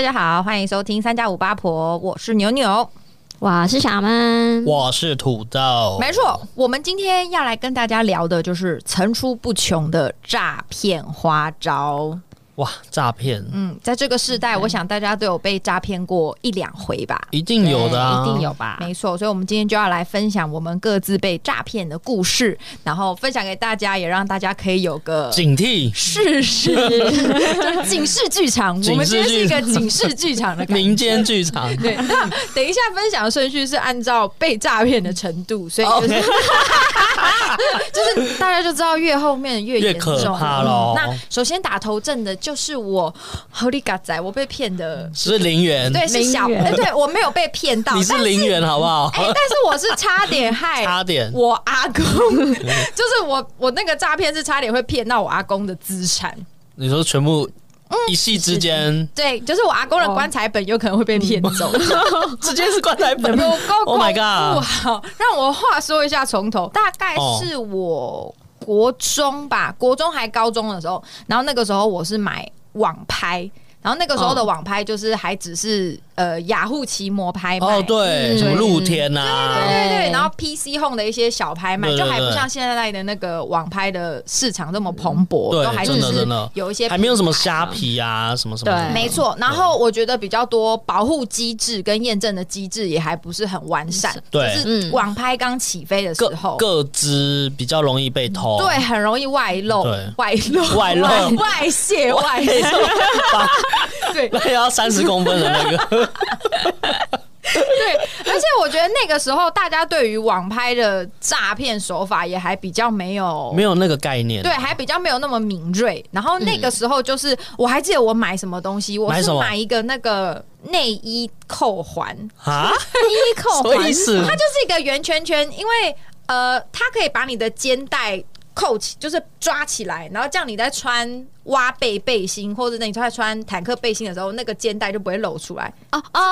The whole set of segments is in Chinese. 家好，欢迎收听三加五八婆，我是牛牛。我是小曼，我是土豆，没错，我们今天要来跟大家聊的就是层出不穷的诈骗花招。哇，诈骗嗯，在这个时代，我想大家都有被诈骗过一两回吧。一定有的啊，嗯一定有吧？没错，所以我们今天就要来分享我们各自被诈骗的故事，然后分享给大家，也让大家可以有个 警惕事实，就是警示剧场。我们今天是一个警示剧场的感 觉。民间剧场。对，那等一下分享的顺序是按照被诈骗的程度，所以就是就是大家就知道越后面越越严重可怕嗯咯那首先打头阵的就是我 Holy God 仔，我被骗的， 是陵园，对，是小，零元哎，对我没有被骗到，嗯你但是哦陵园好不好？哎、但是哎我是差点 害差点我阿公，嗯 就是我我那个诈骗是差点会骗到我阿公的资产。你说全部嗯一夕之间，对，就是我阿公的棺材本有可能会被骗走， 直接是棺材有本够 Oh 恐 my 怖 god！好，让我话说一下从头，大概是我国中吧，国中还高中的时候，然后那个时候我是买网拍，然后那个时候哦的网拍就是还只是呃雅虎奇摩拍卖，哦，对，嗯什么露天啊呐，对对对，对然后 PC Home 的一些小拍卖，对就对还不对像现在的那个网拍的市场这么蓬勃，对都还只真的是真的有一些还没有什么品牌虾皮啊，什么什么对什么，没错，然后我觉得比较多保护机制跟验证的机制也还不是很完善，对就是网拍刚起飞的时各候，嗯各自比较容易被偷，对，很容易外露对、外露、外露 外泄、外没泄，错， 把对那要三十公分的那 个，对。而且我觉得那个时候大家对于网拍的诈骗手法也还比较没有没有那个概念，对，还比较没有那么敏锐。然后那个时候就是，我还记得我买什么东西，我买是什么买一个那个内衣扣环，啊，内衣扣 什环么意思？它就是一个圆圈圈，因为呃，它可以把你的肩带扣起，就是抓起来，然后这样你在穿挖背背心或者你在穿坦克背心的时候，那个肩带就不会露出来。哦哦哦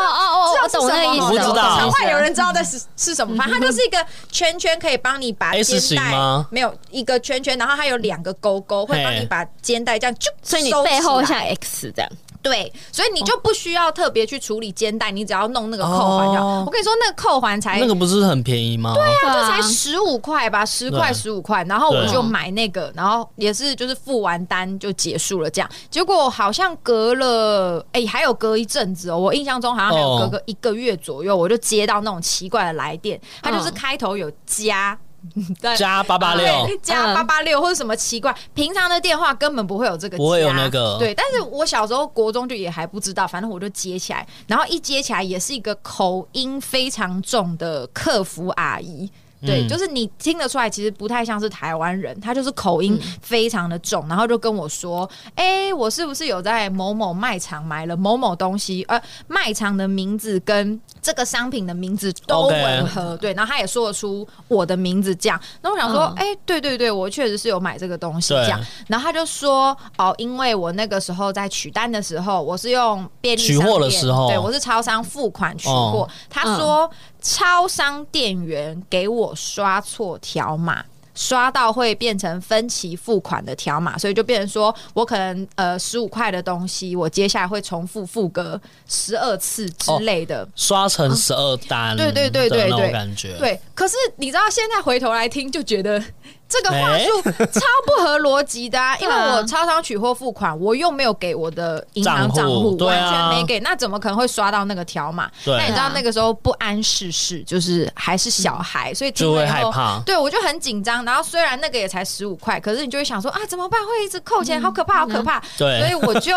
哦，我懂那个意思，嗯我不知道场场外有人知道在是是什么吗？它就是一个圈圈，可以帮你把 S 肩带型吗没有一个圈圈，然后它有两个勾勾，会帮你嘿把肩带这样就所以你背后像 X 这样，对，所以你就不需要特别去处理肩带，你只要弄那个扣环就好。哦我跟你说，那个扣环才那个不是很便宜吗？对啊，这才啊十五块吧，十块对十五块，然后我对啊就买那个，然后也是就是付完单就结束了这样。结果好像隔了，哎、还有隔一阵子哦，我印象中好像还有隔哦个一个月左右，我就接到那种奇怪的来电，它就是嗯开头有加。 对加八八六，对加嗯八八六或者什么奇怪，平常的电话根本不会有这个，不会有那个对，但是我小时候国中就也还不知道，反正我就接起来，然后一接起来也是一个口音非常重的客服阿姨。对，嗯就是你听得出来，其实不太像是台湾人，她就是口音嗯非常的重，然后就跟我说：“哎、我是不是有在某某卖场买了某某东西？呃，卖场的名字跟这个商品的名字都 OK 吻合。对，然后他也说得出我的名字这样。那我想说，嗯哎、对对对，我确实是有买这个东西对这样。然后他就说，哦，因为我那个时候在取单的时候，我是用便利商店取货的时候对我是超商付款取货。哦他说，超商店员给我刷错条码。刷到会变成分期付款的条码，所以就变成说我可能呃十五块的东西，我接下来会重复付个十二次之哦类的。刷成十二单，啊对对对对那对种感觉，对，可是你知道现在回头来听就觉得这个话术哎 超不合逻辑的、 啊，因为对啊我超商取货付款，我又没有给我的银行账账户户，对完啊全没给，那怎么可能会刷到那个条码？对啊那你知道那个时候不谙世事，就是还是小孩，所以听就了会以害后。怕。对，我就很紧张。然后虽然那个也才十五块，可是你就会想说啊，怎么办？会一直扣钱，好可怕，好可怕。所以对，我就十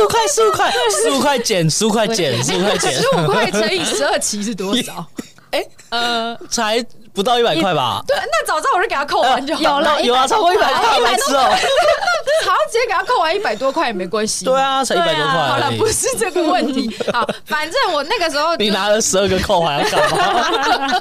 五块，十五块，十五块减，十五块 减，十五块 减十，五块乘以十二期是多 少？哎，呃，才不到一百块吧？对，那早知道我就给他扣完就好了。有啊，超过一百块，白痴哦。好像直接给他扣完一百多块也没关系。对啊，才一对啊，百多块好了而，已不。是这个问题。 好，反正我那个时候就你拿了十二个扣还要干嘛？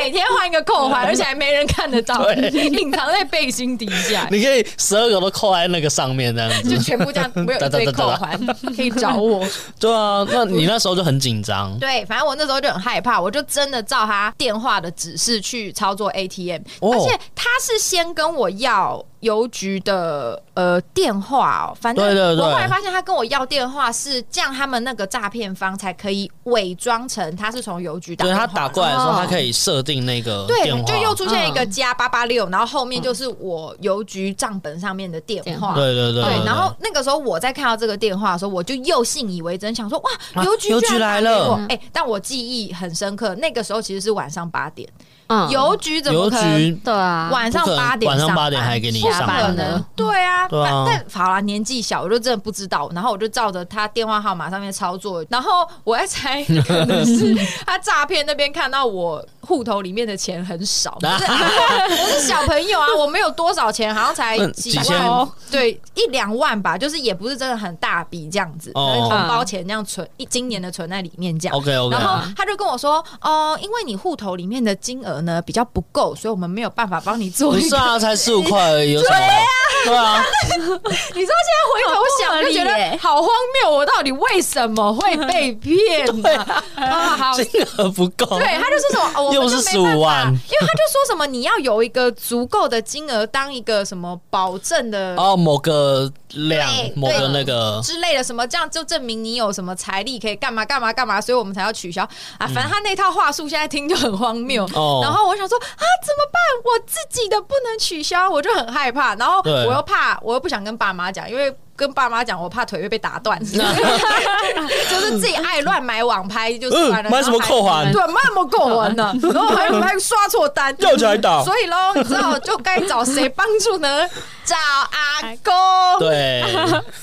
每天换一个扣 环，而且还没人看得到，对隐藏在背心底下。你可以十二个都扣在那个上面这样就子。全部这样， 没有一堆扣环，可以找我。对啊，那你那时候就很紧张。对，反正我那时候就很害怕，我就真的照他电话的指示去操作 ATM，、哦而且他是先跟我要邮局的呃电话、哦，反正对对对我后来发现他跟我要电话是这样，他们那个诈骗方才可以伪装成他是从邮局打对电他话，打过来的时候，哦他可以设定那个对电话，，嗯就又出现一个加八八六，然后后面就是我邮局账本上面的电电话话。对对对对，然后那个时候我在看到这个电话的时候，我就又信以为真，想说哇，啊邮局邮居局然打来给了我哎、但我记忆很深刻，那个时候其实是晚上八点，嗯，邮局怎么邮可能局对啊，晚上不可能八点晚上班八点还给你不上班可能呢，对啊，对啊但但好啦，年纪小，我就真的不知道，然后我就照着他电话号码上面操作，然后我在猜可能是他诈骗那边看到我户头里面的钱很少，不是我是小朋友啊，我没有多少钱，好像才嗯几几万千哦，对，一两万吧，就是也不是真的很大笔这样子，哦可能红包钱这样存，一今年的存在里面这样。 OK OK，然后他就跟我说：“哦、因为你户头里面的金额呢比较不够，所以我们没有办法帮你做不一是个。啊，才十五块而已，有什么？对啊，你知道现在回头想就觉好不合理得耶好荒谬，我到底为什么会被骗 呢、啊？好，金额不够，对，他就说什么，哦我们又就是没办法，15万因为他就说什么你要有一个足够的金额当一个什么保证的哦，某个量对，某个那个，之类的什么，这样就证明你有什么财力可以干嘛干嘛干嘛，所以我们才要取消啊。反正他那套话术现在听就很荒谬。嗯哦然后我想说啊，怎么办？我自己的不能取消，我就很害怕。然后对啊我又怕，我又不想跟爸妈讲，因为。跟爸妈讲，我怕腿会被打 断，就是自己爱乱买网拍就算了，嗯买什么扣环对，卖什么扣环 呢？然后还还刷错单，要起来打所以喽，你知道就该找谁帮助呢？找阿公，对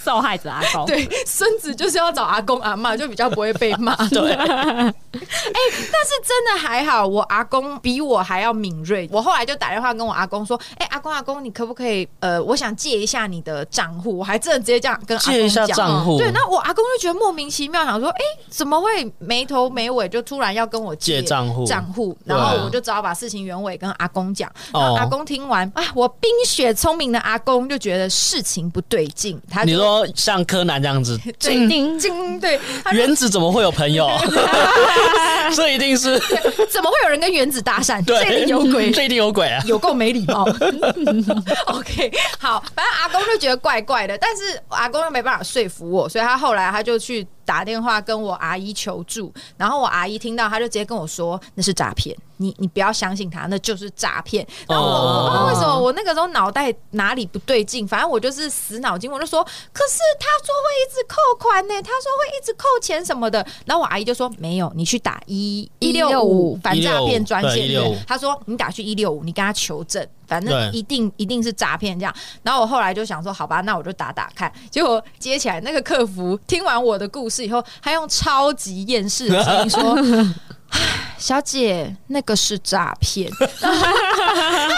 受害者阿公，对，孙子就是要找阿公阿妈，就比较不会被骂。哎但 对，是真的还好，我阿公比我还要敏锐。我后来就打电话跟我阿公说：“哎、阿公阿公，你可不可以呃，我想借一下你的账户。”我还真的直接这样跟阿公借一下讲账户，对，那我阿公就觉得莫名其妙，想说：“哎、怎么会没头没尾就突然要跟我借账户，账户，然对啊后我就只好把事情原委跟阿公讲。哦然后阿公听完啊，我冰雪聪明的阿公就觉得事情不对劲，他你就说像柯南这样子，最近惊对，他就原子怎么会有 朋友？这一定是怎么会有人跟原子搭讪？对，这里有 鬼，这一定有鬼啊！有够没礼貌。OK，好，反正阿公就觉得怪怪的，但是阿公又没办法说服我，所以他后来他就去打电话跟我阿姨求助，然后我阿姨听到，他就直接跟我说那是诈骗，你你不要相信他，那就是诈骗。然后我我不知道为什么我那个时候脑袋哪里不对劲，反正我就是死脑筋，我就说，可是他说会一直扣款呢、他说会一直扣钱什么的，然后我阿姨就说没有，你去打一一六五165反诈骗专线，对165他说你打去一六五，你跟他求证，反正对一定一定是诈骗这样。然后我后来就想说，好吧，那我就打打看。结果接起来那个客服听完我的故事以后，他用超级厌世的声音说。唉小姐，那个是诈骗，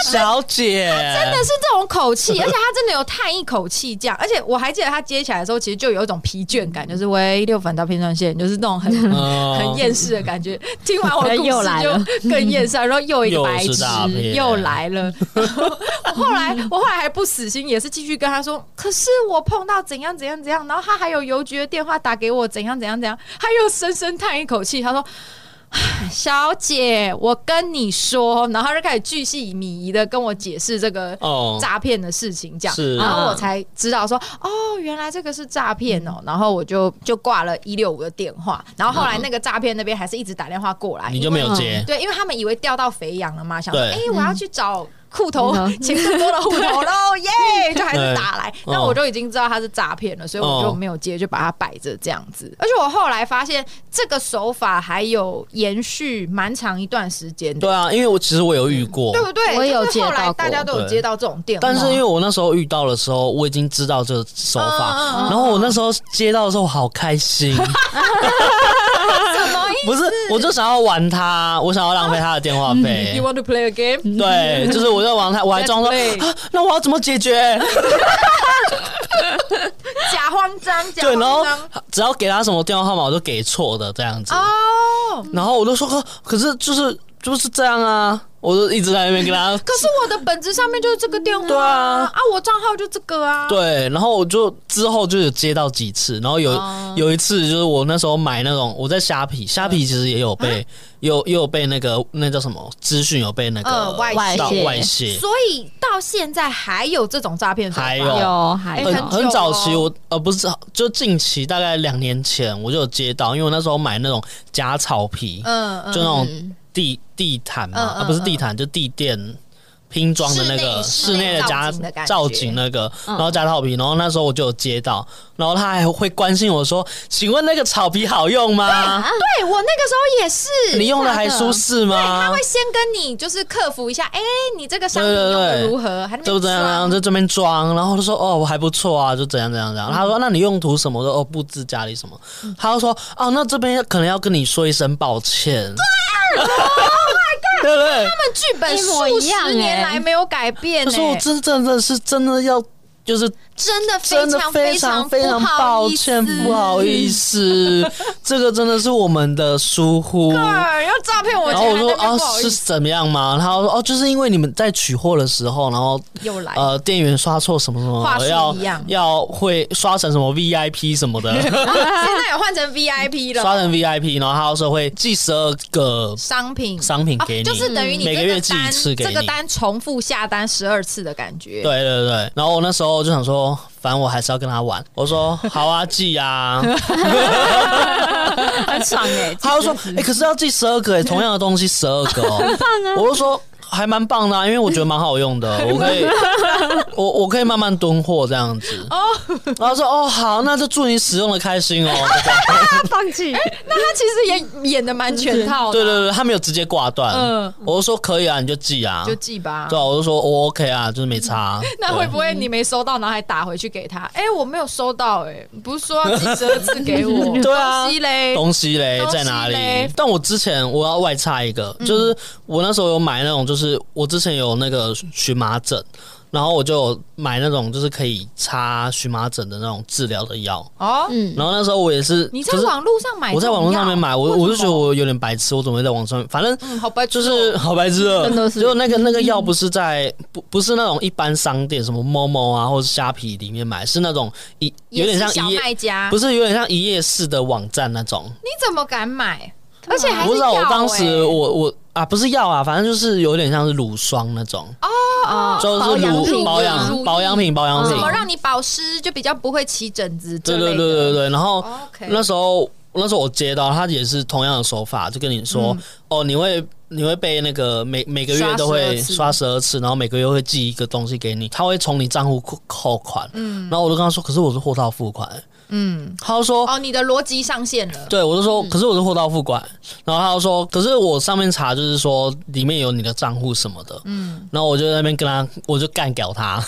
小姐，真的是这种口气，而且他真的有叹一口气这样，而且我还记得他接起来的时候，其实就有一种疲倦感，就是喂六反诈骗专线，就是那种很嗯很厌世的感觉。听完我的故哦 又来了事就更厌世，然后又一个白又是诈痴骗又来了。 我后来我后来还不死心，也是继续跟他说，可是我碰到怎样怎样怎样，然后他还有邮局的电话打给我，怎样怎样怎样，他又深深叹一口气，他说。 唉小姐，我跟你说，然后他就开始巨细靡遗的跟我解释这个哦，诈骗的事情，这样，是然后我才知道说，哦，原来这个是诈骗嗯哦，然后我就就挂了一六五的电话，然后后来那个诈骗那边还是一直打电话过来，你就没有接因为嗯对，因为他们以为钓到肥羊了嘛，想说，对哎，我要去找。户头嗯 钱更多的户头喽，耶！就还是打来，嗯但我就已经知道他是诈骗了，所以我就哦没有接，就把它摆着这样子。而且我后来发现，这个手法还有延续蛮长一段时间的，对啊，因为我其实我有遇过对，不对？我也有就是后接到来过大家都有对接到这种电话，但是因为我那时候遇到的时候，我已经知道这个手法，嗯嗯嗯然后我那时候接到的时候我好开心，什么 意不是，我就想要玩他，我想要浪费他的电话费 You。want to play a game？对，就是我就玩 他，我还装说 Let's play 啊，那我要怎么解 决？ 假慌张，假对，然慌后张。只要给他什么电话号码，我都给错的这样子。哦，啊然后我就说，可可是就是就是这样啊，我就一直在那边跟他可是我的本质上面就是这个电话对啊啊，我账号就这个啊，对，然后我就之后就有接到几次，然后有、啊有一次就是我那时候买那种我在虾皮，虾嗯皮其实也有被、啊也有也有被那个那叫什么资讯有被那个、嗯外泄到外泄，所以到现在还有这种诈骗手法，还有有还哎有很很久呃很早期哦我呃不是就近期大概两年前我就有接到，因为我那时候买那种假草皮，嗯，嗯就那种嗯地地毯嘛，嗯嗯啊不是地毯就地垫。拼装的那个室室内内的室内造家景的感觉造景那个，嗯然后假草皮，然后那时候我就有接到，然后他还会关心我说：“请问那个草皮好 用啊吗？对我那个时候也是，你用了还真的舒 适吗他会先跟你就是克服一下，哎、你这个商品对对用对的如何？还？”对不对？然后对？就这边装，然后他说：“哦，我还不错啊，就怎样怎样怎样。”他说：“那你用途什么的？哦，布置家里什么？”他就说：“哦，那这边可能要跟你说一声抱歉。”对，对不对？啊他们剧本一模数一样十年哎来没有改变、可是我哎，真真的是真的要就是真的非真的常非常常非常抱歉，不好 意思，这个真的是我们的疏忽。对，要诈骗我然钱，后还在那我说边啊不好是意思，怎么样嘛？然后说哦就是因为你们在取货的时候，然后又来。呃店员刷错什么什话术么，要一样要会刷成什么 VIP 什 么的，现在也换成 VIP 了，刷成 VIP，然后他说会寄十二个商品商品哦给你，就是等于你每个这月个寄一单次给这你个。单重复下单十二次的感觉。对对对，然后我那时候就想说，反正我还是要跟他玩。我说好啊，寄啊，很爽欸哎，他就说：“哎、可是要寄十二个哎、同样的东西十二个哦、啊我就说：“还蛮棒的、啊，因为我觉得蛮好用的，我可以，我我可以慢慢蹲货这样子。”哦，然后说：“哦，好，那就祝你使用的 开心哦。就这样放弃，那他其实也演的蛮全套”的，啊对对对，他没有直接挂断。嗯我就说：“可以啊，你就寄啊。”就记吧。对啊，我就说：“我 OK 啊，就是没差。对” 那会不会你没收到，然后还打回去给他？哎、我没有收到、哎，不是说要寄折次给我？ 对啊东西嘞，东西嘞东西在哪里嘞？嗯但我之前我要外插一个，就是我那时候有买那种，就是我之前有那个荨麻疹，然后我就有买那种就是可以擦荨麻疹的那种治疗的药。哦，嗯，然后那时候我也是，你在可是网络上买？我在网络上面买，我我就觉得为我有点白痴，我怎么会在网上？反正什么，嗯，好吧，就是 好白痴哦真的，是就那个那个药不是在不不是那种一般商店什么某某啊或者虾皮里面买，是那种一有点像也是小啊一夜卖家，不是有点像一夜式的网站那种。你怎么敢买？而且还啊是我不知道，药我当时哎我我啊，不是药啊，反正就是有点像是乳霜那种，哦就是乳保保养品哦养保养品保养怎品么，让你保湿就比较不会起疹子之对类嗯对的？对对对。对。然后哦 OK，那时候那时候我接到他也是同样的手法，就跟你说哦，你会你会被那个每每个月都会嗯刷刷十二次，然后每个月会寄一个东西给你，他会从你账户扣扣款，然后我就跟他说，可是我是货到付款，嗯，他就说嗯哦，你的逻辑上线了。对，我就嗯说，可是我是货到付款，然后他就说，可是我上面查就是说里面有你的账户什么的，嗯，然后我就在那边跟他，我就干 掉他，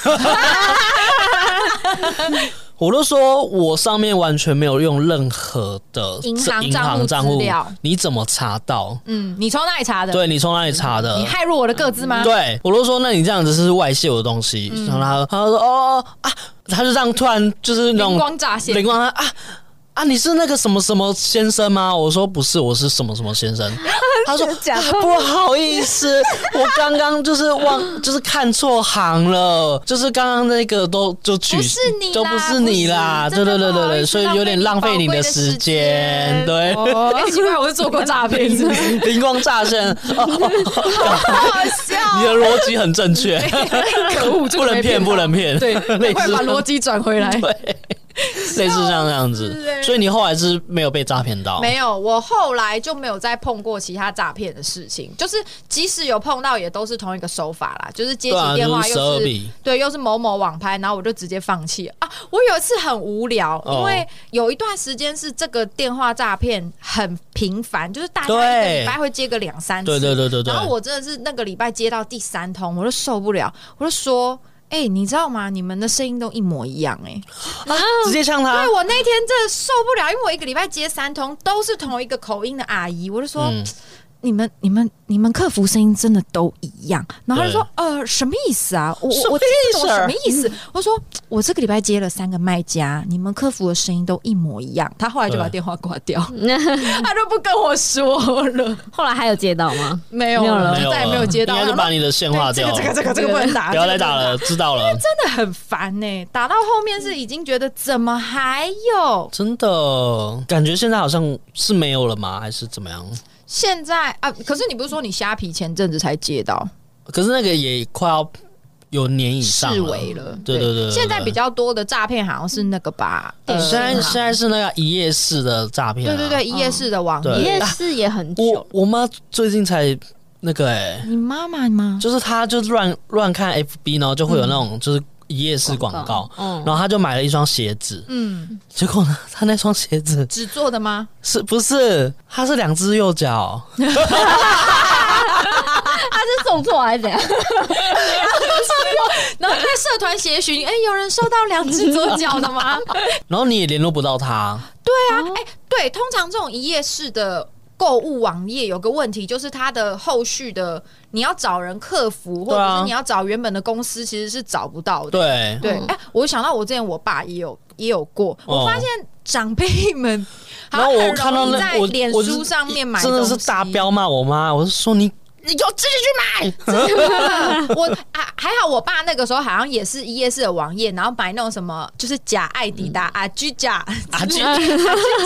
我就说我上面完全没有用任何的银行银账户行资账户料，你怎么查到？嗯，你从哪里查的？对你从哪里查的？你害入我的个资吗？对，我都说那你这样子是外泄我的东西，嗯然后他他说哦啊，他就这样突然就是那灵种光乍现。灵光啊啊！你是那个什么什么先生吗？我说不是，我是什么什么先 生。他说、啊不好意思，我刚刚就是忘， 就是看错行了，就是刚刚那个都就取不是你啦都不是你啦，不对是对真的对不对好意思对，所以有点浪费你的时间，对， 哦，哎奇怪，我是做过诈骗，是不是？ 灵光乍现，哦哦 好笑。你的逻辑很正确， 可恶，这不个能没骗，不能骗，对， 类快似把逻辑转回来。类似像这样子，所以你后来是没有被诈骗到，没有，我后来就没有再碰过其他诈骗的事情。就是即使有碰到，也都是同一个手法啦，就是接对啊起电话就是又12是笔对，又是某某网拍，然后我就直接放弃了啊。我有一次很无聊，哦因为有一段时间是这个电话诈骗很频繁，就是大家一个对礼拜会接个两三次。对对对对对然。后我真的是那个礼拜接到第三通，我就受不了，我就说：“哎、你知道吗？你们的声音都一模一样、哎、直接呛他对，我那天真的受不了，因为我一个礼拜接三通都是同一个口音的阿姨，我就说。嗯你们、你们、你们客服声音真的都一样。”然后他就说：“呃，什么意思啊？我我我听不懂什什么么意思。”我说：“我这个礼拜接了三个卖家，你们客服的声音都一模一样。”他后来就把对电话挂 掉，他就不跟我说了，后来还有接到吗？没有没有了就再也没有接到。应该就把你的线划这掉个，这个这个这个不能打，不要再这个打能了，知道了，真的很烦呢、欸打到后面是已经觉得怎么还有？真的感觉现在好像是没有了吗？还是怎么样？现在啊，可是你不是说你虾皮前阵子才接到可是那个也快要有年以上视为了，了？对对对对现在比较多的诈骗好像是那个吧？对现在呃现在是那个一夜式的诈骗、啊，对对对，一夜式的网对页。夜市也很久我，我妈最近才那个哎、你妈妈吗？就是她就乱乱看 FB，然后就会有那种就是一夜式广告，嗯然后她就买了一双鞋子，嗯，结果呢，她那双鞋子纸做的吗？是不是它是两只右脚？他是送错还是怎样？然后在社团协询，哎、有人收到两只左脚的 吗？啊哎然后你也联络不到她，哦对，通常这种一页式的购物网页有个问题，就是它的后续的你要找人客服，或对啊者是你要找原本的公司，其实是找不到的。对，对，哎、嗯我想到我之前我爸也有也有过，哦我发现长辈们好像然后很容易我看到那在我脸我书上面买真的是东西大彪骂我妈，我是说你你给我自己去买，我啊，还好我爸那个时候好像也是一夜式的网页，然后买那种什么就是假艾迪达啊、居假、阿基假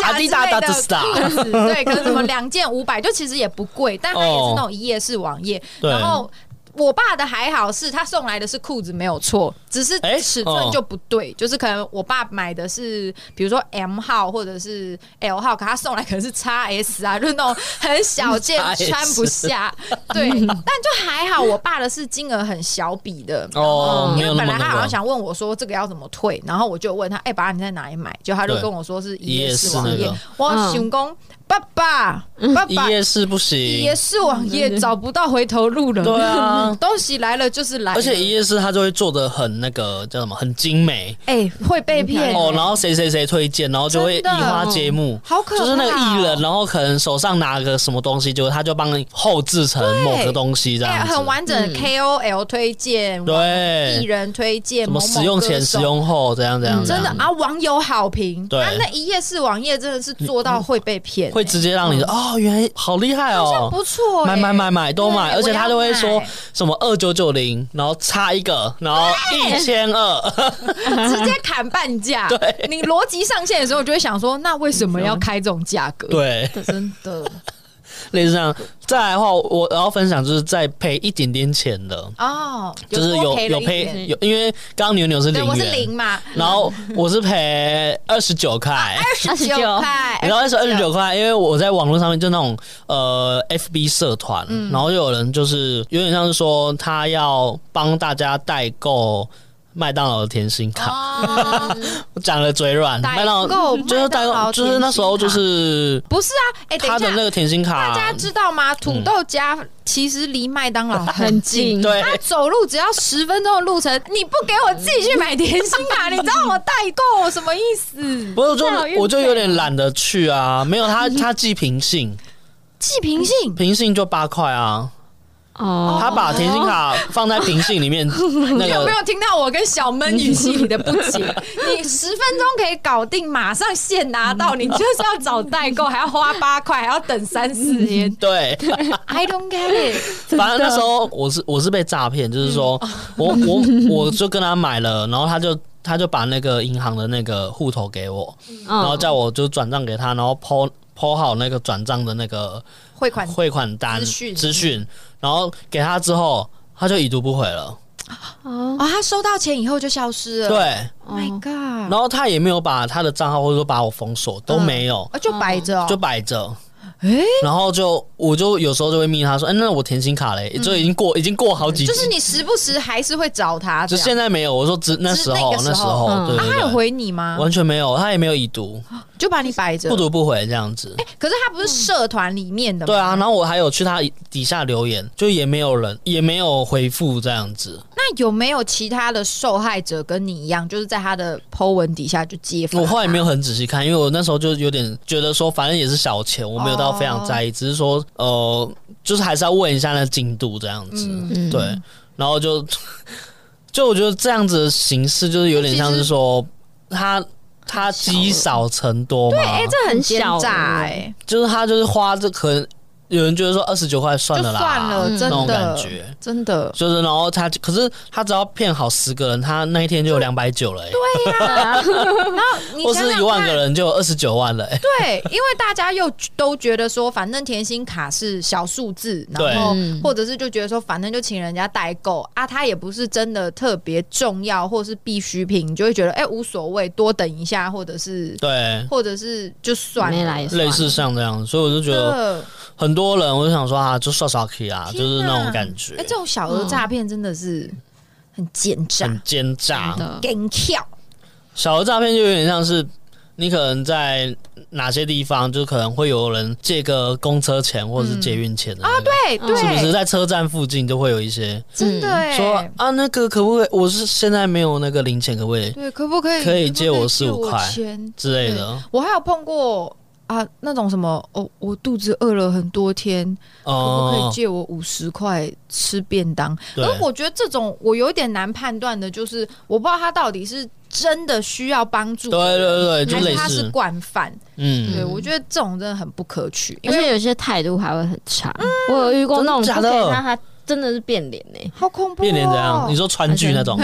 阿之迪类达达的之 star，裤子对，可能什么两件五百，就其实也不贵，但它也是哦那种一夜式网页。对然后我爸的还好是他送来的是裤子没有错，只是哎尺哦寸就不对，就是可能我爸买的是比如说 M 号或者是 L 号，可他送来可能是 x S 啊，就是那种很小件 XS 穿不 下。对，但就还好，我爸的是金额很小笔的。嗯哦，没因有为那本么来他好那像想个，问我说这个要怎么退，然后我就问他，哎、爸你在哪里买？就他就对跟我说是一一页页式式网那页个。我嗯想讲，爸爸，爸一爸，夜式不行，一页式网页找不到回头路了。，对啊 东西来了就是来了，而且一夜式它就会做的很那个叫什么，很精美哎、会被骗、哦，然后谁谁谁推荐，然后就会移真的花接木。好可怕、就是那个艺人，。啊然后可能手上拿个什么东西，就他就帮你后制成某个东西这哎、样子，很完整的嗯 KOL 推荐，艺对，人推荐，什么某某使用前、歌使手用后这样这样，这真样的啊，网友好评。对啊那一页式网页真的是做到会被骗、会直直接让你说哦，原来好厉害哦，嗯不错、买哎买买买都买，对而且他都我会要说买什么二九九零，然后差一个，然后一千 二，直接砍半 价。对，你逻辑上线的时候，就会想说，那为什么要开这种价格？，对，真的类似这样。再来的话，我我要分享就是再赔一点点钱的，哦，就是多有赔了有一点赔有，因为刚刚牛牛是对，零我是元，零嘛，然后我是赔二十九块。啊二十九，块，然后那时候二十九块，因为我在网络上面就那种呃 FB 社团，嗯然后就有人就是有点像是说他要帮大家代购麦当劳的甜心卡，哦，我讲的嘴软，代麦当劳购就是代麦当购，劳就是那时候甜就心卡是不是啊，哎，等他一的下那。个甜心大家卡，知道吗？土豆家其实离麦当 劳嗯很近，很近对他走路只要十分钟的路程。你不给我自己去买甜心 卡，你知道我代购什么意思？不是我就太好运费我就有点懒得去啊，没有他嗯他寄平信，寄平信平信就八块啊，哦他把甜心卡放在平信 里面那有个没。有听到我跟小闷语气里的不解？ 你十分钟可以搞定，马上现拿 到，你就是要找代购，还要花八块，还要等三四天。对， I don't get it。反正那时候我是我是被诈骗，就是说嗯我我我就跟他买了，然后他就他就把那个银行的那个户头给我，然后嗯，叫我就转账给他，然后抛抛好那个转账的那个汇款汇款单资讯资讯，然后给他之后，他就已读不回了。哦哦，他收到钱以后就消失了。对， Oh，My God，然后他也没有把他的账号或者说把我封锁，都没有，啊，就摆着哦，就摆着。哎，然后就我就有时候就会密他说，哎、那我甜心卡嘞，就已经过已经过好几嗯集，就是你时不时还是会找他啊这就样。现在没有。我说只那时候那个时候时候，嗯对啊，对他对有回你吗？完全没有，他也没有已读，就哎把你摆着不。读不回这样子。可是他不是社团里面的吗？对啊，然后我还有去他底下留言，就也没有人，也没有回复这样 子。那有没有其他的受害者跟你一样，就是在他的 Po 文底下就揭发？我后来没有很仔细哦看，因为我那时候就有点觉得说，反正也是小钱，我没有到非常在意，只是说呃，就是还是要问一下那进度这样子，嗯对，然后就就我觉得这样子的形式就是有点像是说他他积少成多嘛，哎、这很奸小诈额欸哎、就是他就是花这可能有人觉得说二十九块算就了啦，算了，嗯真那种感的，觉。真的，就是，然后他可是他只要骗好十个人，他那一天就有两百九了、欸，啊 你或想是想一万看个人就有二十九万了、欸，对，因为大家又都觉得说，反正甜心卡是小数字，对然后嗯或者是就觉得说，反正就请人家代购啊，它也不是真的特别重要或是必需品，你就会觉得哎、无所谓，多等一下，或者是对，或者是就算没了。来也算类似像这样，所以我就觉真得的，很多人，我就想说啊，就刷刷 K 啊，就是那种感觉哎、，这种小嗯额诈骗真的是很奸诈、很奸诈真。的，奸跳。小额诈骗就有点像是你可能在哪些地方，就可能会有人借个公车钱或者是捷运钱的啊，对，嗯嗯对哎对，是不是在车站附近就会有一些真的哎、说啊，那个可不可以？我是现在没有那个零钱，可不可以对，可不可以可以不借我15我块钱之类的？我还有碰过啊，那种什么哦，我肚子饿了很多天，嗯可不可以哦，借我五十块吃便当？对然后我觉得这种我有点难判断的，就是我不知道他到底是真的需要帮助，对对对，就还是类他是似，惯犯。嗯，对我觉得这种真的很不可取，因而为且有些态度还会很差。我有遇过那种真不的假的可以让他真的是变脸欸呢，好恐怖、哦。变脸怎样？你说川剧那种，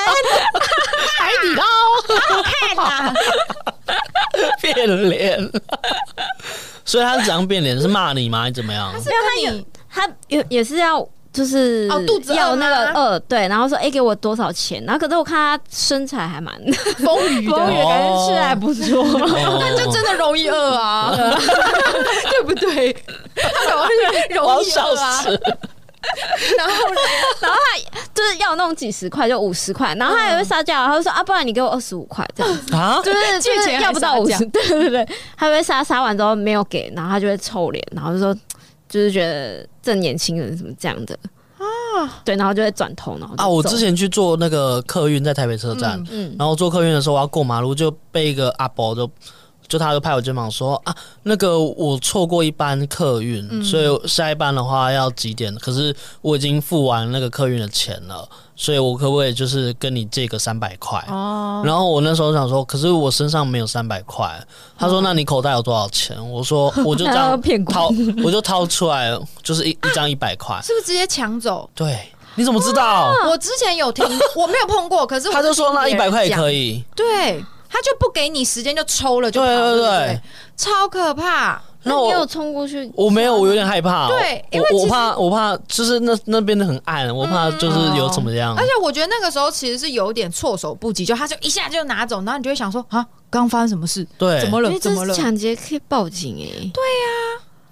海底捞，好看啊！ 变脸。所以他是怎样变脸？是骂你吗？还是怎么样？是跟你他也也是要。就是哦肚子饿要那个吗饿，对，然后说哎、给我多少钱？然后可是我看他身材还蛮 风雨风的，雨感觉是还不错，哦但就真的容易饿 啊，对不对？他 我容要易笑饿啊，死！然后 嗯就是要弄几十块就五十块，然后他也会杀价，他就说啊，不然你给我二十五块这样 子，啊，就是借就是钱还要不到杀五价十，对 对对，他会杀杀完之后没有给，然后他就会臭脸，然后就说就是觉得这年轻人怎么这样的啊，对，然后就会转头，然后就啊！我走之前去坐那个客运，在台北车站，嗯然后坐客运的时候，我要过马路，就被一个阿伯就就他就拍我肩膀说啊，那个我错过一班客运，嗯所以下一班的话要几点？可是我已经付完那个客运的钱了，所以我可不可以就是跟你借个三百块？哦，然后我那时候想说，可是我身上没有三百块。他说：“那你口袋有多少钱？”我说：“我就这他要 样骗光掏， 我就掏出来，就是一一张一百块。是不是直接抢走？对，你怎么知道？我之前有听， 我没有碰过，可是啊我啊他就说那一百块也以，可以。对，他就不给你时间就抽了就跑，对对对对嗯不对，超可怕。那 那你有我冲过去？我没有，我有点害怕。对因为我其我实怕我怕就是那那边的很暗，我怕就是有怎么样而。且我觉得那个时候其实是有点措手不及，就他就一下就拿走，然后你就会想说啊，刚发生什么事？对怎，么因了？为怎这么是了？抢劫可以报警哎，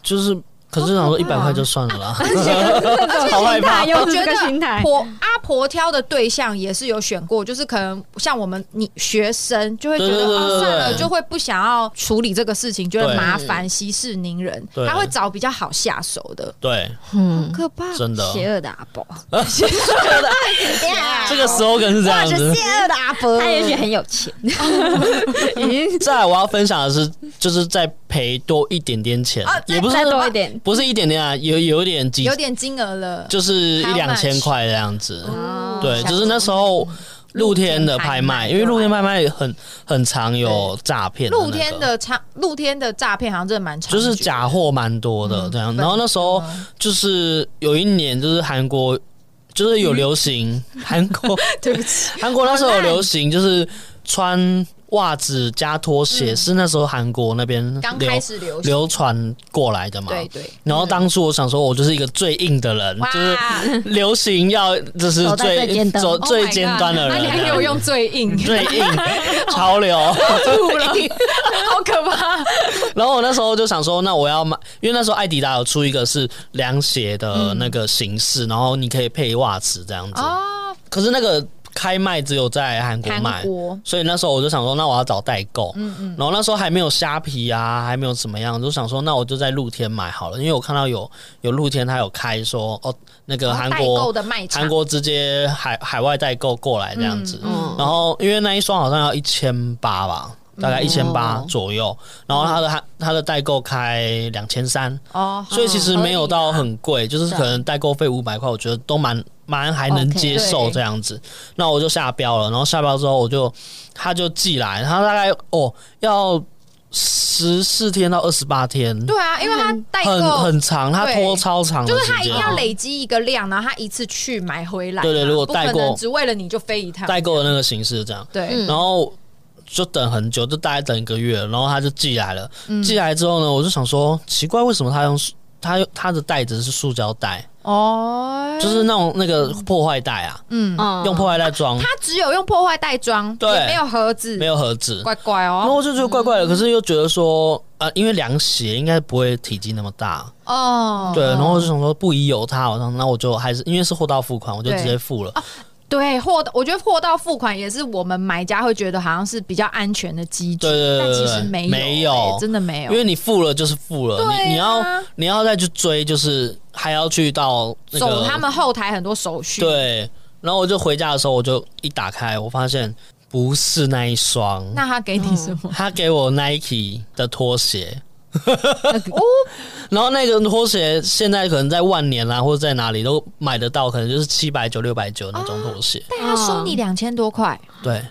就是可是想说一百块就算了啦， 啊 对好害怕。又我是觉哦这得个心态，婆阿婆挑的对象也是有选过，就是可能像我们你学生就会觉对得对对哦算对了，对就会不想要处理这个事情，觉对得麻烦，息事宁人，对他会找比较好下手的。对， 嗯，可怕，真的。邪恶的阿 宝，这个 slogan 是这样子。恶的阿伯他也许很有 钱，已经再来我要分享的是，就是再赔多一点点钱，也不是再多一点不是一点点啊，有有点几有，点金额了，就是一 How much？两千块这样子。哦对，就是那时候露天的拍卖，因为露天拍卖很很常有诈骗、露天。的诈露天的诈骗好像真的蛮长，就是 假货蛮多的这样，嗯然后那时候就是有一年就是韩国就是有 流行韩国对不起，韩国那时候有流行就是穿袜子加拖鞋，是那时候韩国那边嗯刚流开始流行，流传过来的嘛。对对，然后当初我想说，我就是一个最硬的人，哇嗯就是流行要就是走在最最尖端走 Oh my 最尖端的 God，人，那你还给我用最 硬，最硬 潮流。 好可怕，然后我那时候就想说，那我要买，因为那时候艾迪达有出一个是凉鞋的那个形式，然后你可以配袜子这样子。哦，可是那个开卖只有在韩国卖韩。国嗯所以那时候我就想说，那我要找代购，然后那时候还没有虾皮啊，还没有怎么样，就想说那我就在露天买好了，因为我看到有有露天它有开说哦，那个韩代购国的卖场，韩国直接海海外代购过来这样子，嗯然后因为那一双好像要一千八吧，大概一千八哦嗯左右，然后它的它它的代购开两千三，哦，啊所以其实没有合到理很贵，就是可能代购费五百块，我觉得都蛮蛮还能 OK，接受对这样子。那我就下标了，然后下标之后我就他就寄来，他大概哦要十四天到二十八天，啦对啊，因为他代很购很长，他对拖超长的就是时他一定间。要累积一个量，然后他一次去买回来嘛。对对如果不代可购能只为了你就飞一趟。代购的那个形式是这样，对，嗯然后就等很久，就大概等一个月，然后他就寄来了。嗯寄来之后呢，我就想说奇怪，为什么他用塑他用他的袋子是塑胶袋，哦，就是那种那个破坏袋啊，嗯，嗯用破坏袋装他，只有用破坏袋装，对也没有盒子，没有盒子。乖乖然后哦，我就觉得怪怪的，可是又觉得说，啊，因为凉鞋应该不会体积那么大，哦，对。然后我就想说不宜有它，我想那我就还是因为是货到付款，我就对直接付了。对货，我觉得货到付款也是我们买家会觉得好像是比较安全的机制，对对对但对其对实没有，没有哎真的没有因，为你付了就是付了，对啊你你要你要再去追，就是还要去到那个走他们后台很多手续，对。然后我就回家的时候，我就一打开，我发现不是那一双，那他给你什么？他给我 Nike 的拖鞋。 然后那个拖鞋现在可能在万年啦、啊或者在哪里都买得到，可能就是七百九、六百九那种拖鞋。但他收嗯你两千多块，对。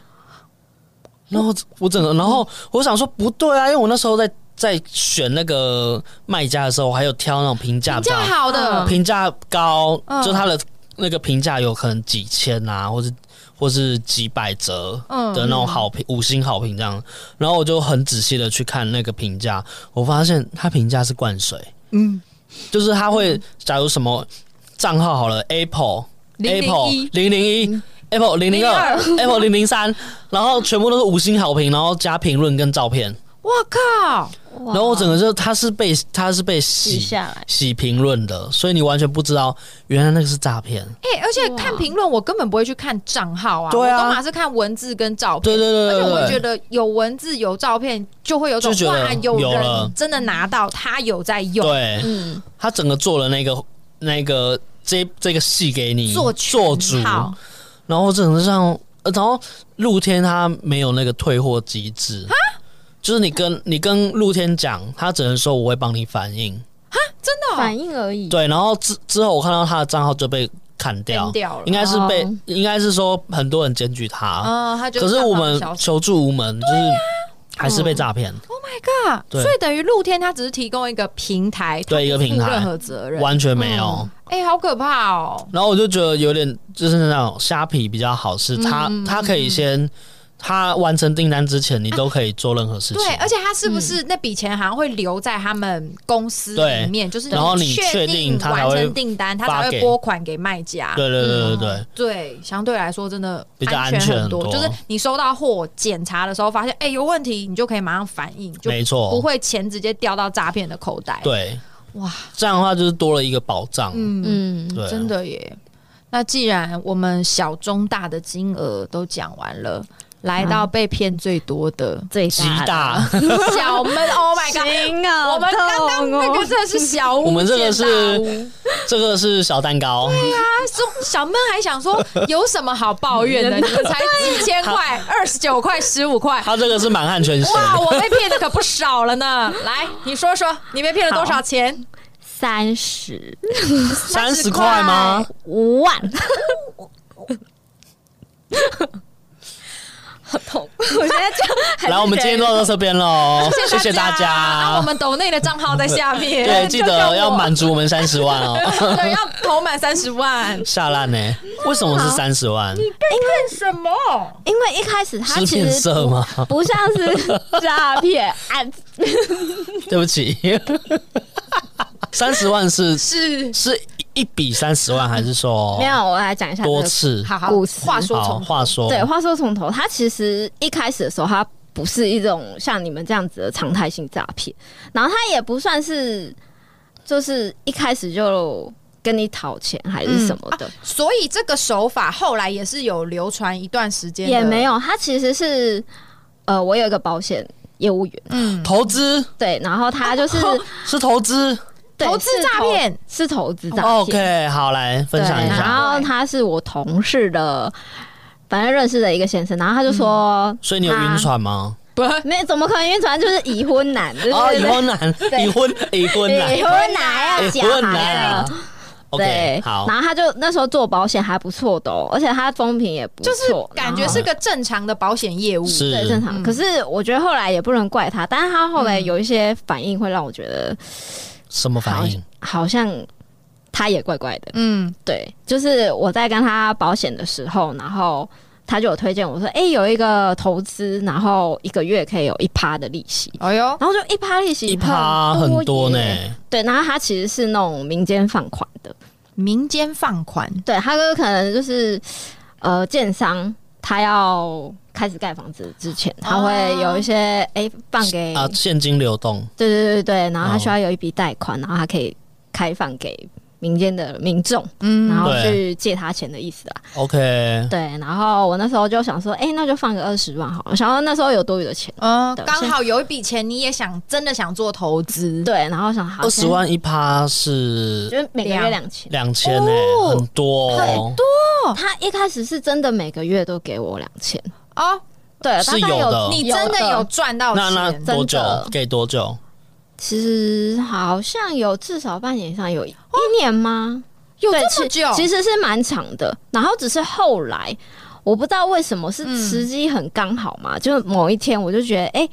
然后我整个，然后我想说不对啊，因为我那时候在在选那个卖家的时候，我还有挑那种评价啊比比较较好的，评价高，嗯就它的那个评价有可能几千啊，或是或是几百折嗯的那种好评，五星好评这样。然后我就很仔细的去看那个评价，我发现它评价是灌水，嗯，就是它会假如什么账号好了，Apple 零零 Apple 一嗯零零一。Apple 零零二，Apple 零零三，然后全部都是五星好评，然后加评论跟照片，我靠，然然后我整个就它是被它是被洗洗下来，洗评论的，所以你完全不知道原来那个是诈骗。哎、而且哇看评论我根本不会去看账号啊，对啊我都马是看文字跟照对片。对而对对且对，我觉得有文字有照片，就会有种就觉得哇，有有了人真的拿到，他有在用，对嗯，他整个做了那个那个这这个戏给你做做主，全套然后整个像，呃然后露天他没有那个退货机制，就是你跟你跟露天讲，他只能说我会帮你反映，真的、哦、反应而已。对，然后之之后我看到他的账号就被砍掉删，掉了应。该是被、哦应该是说很多人检举他，嗯，他就可是我们消失求助无门，就是还是被诈骗，啊，对所以等于露天他只是提供一个平台，对一个不平负任台何责任。完全没有。哎、好可怕哦！然后我就觉得有点就是那种虾皮比较好，是他他可以先他完成订单之前，你都可以做任何事情对，。而且他是不是那笔钱好像会留在他们公司对里面？就是然后你确确定他才完会成订单，他发才给会拨款给卖家。对对对对对，嗯对，相对来说真的比较安全全很多。多就是你收到货检查的时候，发现哎、有问题，你就可以马上反应，就没不错，会钱直接掉到诈骗的口袋。，对，哇，这样的话就是多了一个保障。嗯，嗯，对，真的耶。那既然我们小中大的金额都讲完了，来到被骗最多的最极大的大。小闷，Oh my god！心啊，哦我们刚刚那个真的是小巫， 我们这个是这个是小蛋糕，他说小闷还想说有什么好抱怨的？你们才几千块，二十九块，十五块，它这个是满汉全席。哇，我被骗的可不少了 呢。来，你说说，你被骗了多少钱？三十三十块吗？五万，好痛！我现在就来，我们今天就到这边喽，谢谢大那啊我家。们抖内的账号在下面，对，记得要满足我们三十万哦， 对，要投满三十万。下烂呢？为什么是三十万？什么？因为一开始他是其骗实色吗？不不像是诈骗哎案，对不起，三十万是是是一笔三十万，还是说没有，我来讲一下这多个次？哦好好故事话说好，从话说对，话说从头，他其实一开始的时候，他不是一种像你们这样子的常态性诈骗，然后他也不算是，就是一开始就跟你讨钱还是什么的，所以这个手法后来也是有流传一段时间，也没。有，他其实是，呃，我有一个保险业务员，嗯，投资对，然后他 就是、是投资。对投资是诈骗是投资诈骗 OK，好，来分享对，一然下。后他是我同事的，反正认识的一个先生，然后他就说，嗯所以你有晕船吗？不，没怎么可能晕船，就是已婚男，对哦，对已对婚男，已婚，已婚对，男已，婚男要已加婚男啊。啊对 OK，，好然，后他就那时候做保险还不错的、哦，而且他风评也不错，就是感觉然后是个正常的保险业务。对是正常。嗯可是我觉得后来也不能怪他，但是他后来有一些反应会让我觉得嗯什么好反应？好像他也怪怪的。嗯，对，就是我在跟他保险的时候，然后他就有推荐我说，哎、有一个投资，然后一个月可以有一趴的利息。哎呦，然后就一趴利息一趴很很多呢，耶对，然后他其实是那种民间放款的，民间放款，对，他哥可能就是呃，建商他要开始盖房子之前，他会有一些哎、诶放给、哦啊，现金流动对对对对，然后他哦需要有一笔贷款，然后他可以开放给民间的民众，嗯，然后对去借他钱的意思啦。 ，OK，对，然后我那时候就想说，哎、那就放个二十万好了，想要那时候有多余的钱，嗯，对刚好有一笔钱，你也想真的想做投资，对，然后想好二十，万一趴是先就是每个月两千。两千呢，很多哦，他一开始是真的每个月都给我两千，哦，对，是大概有的你真的有赚到那那钱，多久真的给多久？其实好像有至少半年以上，有一年吗？有对这么其久？其实是蛮长的。然后只是后来，我不知道为什么是嗯时机很刚好嘛，就某一天我就觉得，哎、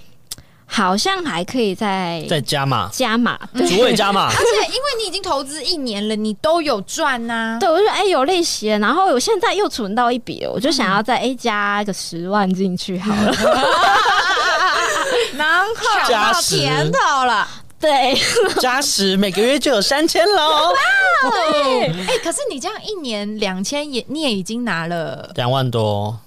好像还可以再再加码，加码。 对，主委加码，而且因为你已经投资一年了，你都有赚呐、对我就觉得哎、有利息了，然后我现在又存到一笔了，我就想嗯要再哎、加个十万进去好 了。然后加到十甜头了。对，加十，每个月就有三千哦 喽，哦哎、可是你这样一年两千也，你也已经拿了两万多，哦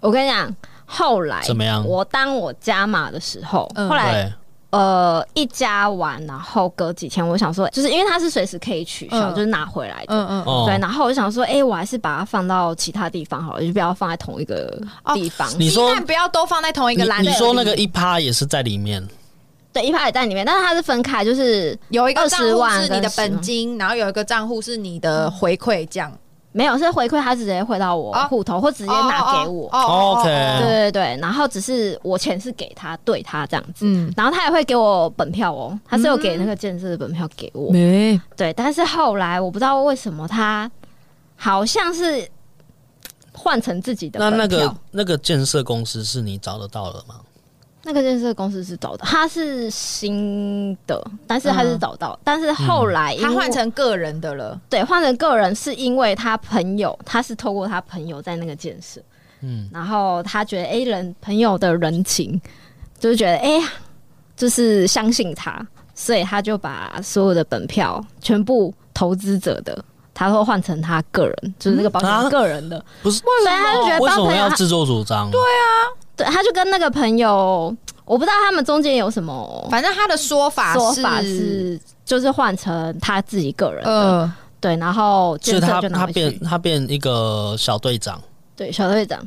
我跟你讲，后来怎么样我当我加码的时候，嗯后来对，呃，一加完，然后隔几天，我想说，就是因为它是随时可以取消，嗯就是拿回来的。嗯嗯，哦对，，然后我就想说，哎、我还是把它放到其他地方好了，就不要放在同一个地方。哦你鸡说蛋不要都放在同一你个篮你子里，说那个一趴也是在里面，对，一趴也在里面，但是它是分开，就是有一个账20户万是你的跟10本万金，然后有一个账户是你的回馈，这样没有是回馈，它直接汇到我哦户头，或直直接哦拿给我。嗯 OK 对哦对对，然后只是我钱是给他，对他这样子。嗯，然后他也会给我本票哦，他是有给那个建设的本票给我。没对，但是后来我不知道为什么他好像是换成自己的那那本票。个那个建设公司是你找得到的吗？那个建设公司是找的，他是新的，但是他是找到，但是后来因为他换成个人的了，对换成个人，是因为他朋友，他是透过他朋友在那个建设，嗯，然后他觉得哎、人朋友的人情，就是觉得哎呀、就是相信他，所以他就把所有的本票全部投资者的。他会换成他个人，就是那个保啊险个人的，不是，所以他就觉得为帮什么朋友要，自作主张？对，对，啊他就跟那个朋友，我不知道他们中间有什么反正他的说法说是法是，就是换成他自己个人的，呃，对，然后所建以设他就拿他回变去，他变一个小队长，对，小队长，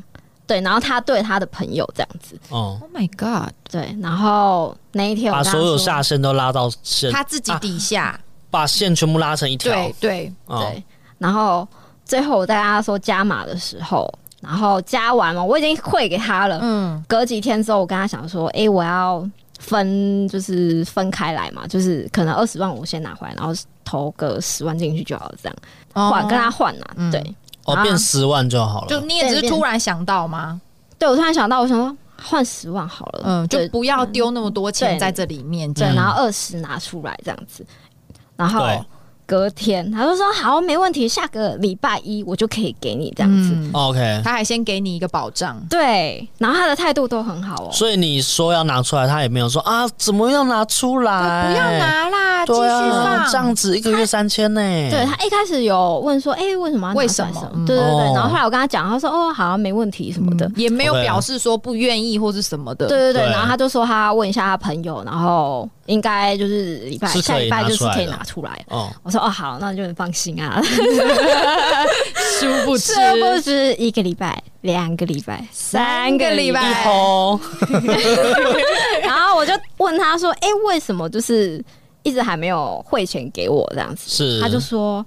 对，然后他对他的朋友这样子，嗯， Oh my god！对，然后那一天我把跟他所有说下线都拉到线，他自己底啊下，把线全部拉成一条，对对，嗯，对，然后最后我在跟他说加码的时候，然后加完嘛，我已经汇给他了，嗯，隔几天之后，我跟他想说，哎、我要分，就是分开来嘛，就是可能二十万我先拿回来，然后投个十万进去就好了，这样换、跟他换啊，哦嗯对，哦，啊变十万就好就了，你也只是突然想到吗？对我突然想到，我想说换十万好了，嗯，就对不要丢那么多钱对在这里面，这对，样然后二十拿出来这样子，然后嗯对隔天他就说好，没问题，下个礼拜一我就可以给你这这样样子。嗯子，哦，OK。嗯他还先给你一个保障，对，然后他的态度都很好哦，所以你说要拿出来，他也没有说啊，怎么要拿出哎来？不要，拿啦，继续对啊，这放。样子一个月三千呢。对他一开始有问说，哎、为什么要拿为出来什么什嗯对对对，哦然后后来我跟他讲，他说哦，好像没问题什么的。嗯也没有 OK 表示说不愿意或是什么的，对对对，对然后他就说他问一下他朋友，然后应该就是礼拜是可以下礼拜就是拿出来可以的拿出来。哦，我说哦好，那就很放心 啊。 殊不知殊不知一个礼拜、两个礼拜、三个礼一拜，哦，然后我就问他说：“哎、为什么就是嗯一直还没有汇钱给我这样子？”是，他就说，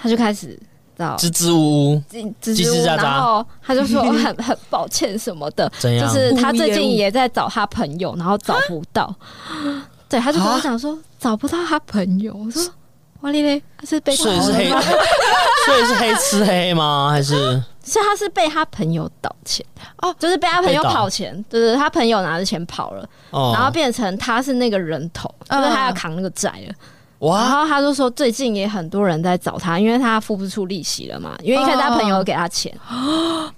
他就开始到支支吾吾，叽吱叽吱叽呜，喳喳哎然后他就 说很 很抱歉什么的，怎就样是他最无言近无也在找他朋友，然后找不到，对，他就啊跟我讲说找不到他朋友，我说哇嘞嘞，他是被所以偷是了黑，吗？ 所以是黑吃黑吗？还是是他是被他朋友倒钱哦哦，就是被他朋友被倒跑钱，就是他朋友拿着钱跑了，哦？然后变成他是那个人头，就嗯是他要扛那个债了。啊然哇，后他就说，最近也很多人在找他，因为他付不出利息了嘛，因为一开始他朋友给他钱，哦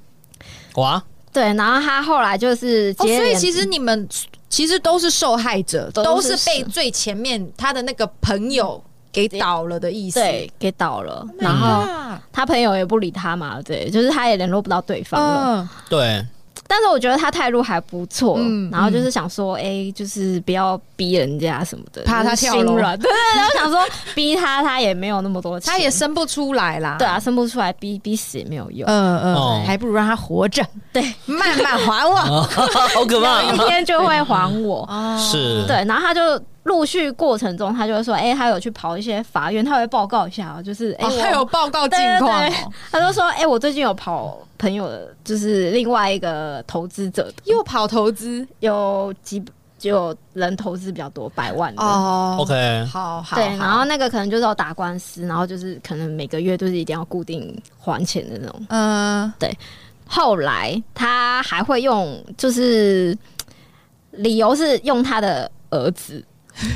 哇，对，然后他后来就是哦，接连、所以其实你们其实都是受害者，都都是是被最前面他的那个朋友给倒了的意思。对嗯给倒了， Oh my 然后 god，他朋友也不理他嘛，对，就是他也联络不到对方了。嗯，对， 但是我觉得他态度还不错，嗯然后就是想说，哎、就是不要逼人家什么的，怕他就是跳心楼 软对对对，我想说逼他，他也没有那么多钱，他也生不出来啦。对啊，生不出来，逼逼死也没有用。嗯哦啊嗯，还不如让他活着，对，慢慢还我。好可呃有一怕，天就会还我。哦，是，对，然后他就陆续过程中，他就会说，哎、他有去跑一些法院，他会报告一下，就是哎、哦我还有报告近况对对哦，他就说，哎、我最近有跑朋友的，就是另外一个投资者的，又跑投资有几有人投资比较多，百万的。哦。 ，OK，好好，对，好然后那个可能就是要打官司，然后就是可能每个月都是一定要固定还钱的那种。嗯，后来他还会用，就是理由是用他的儿子，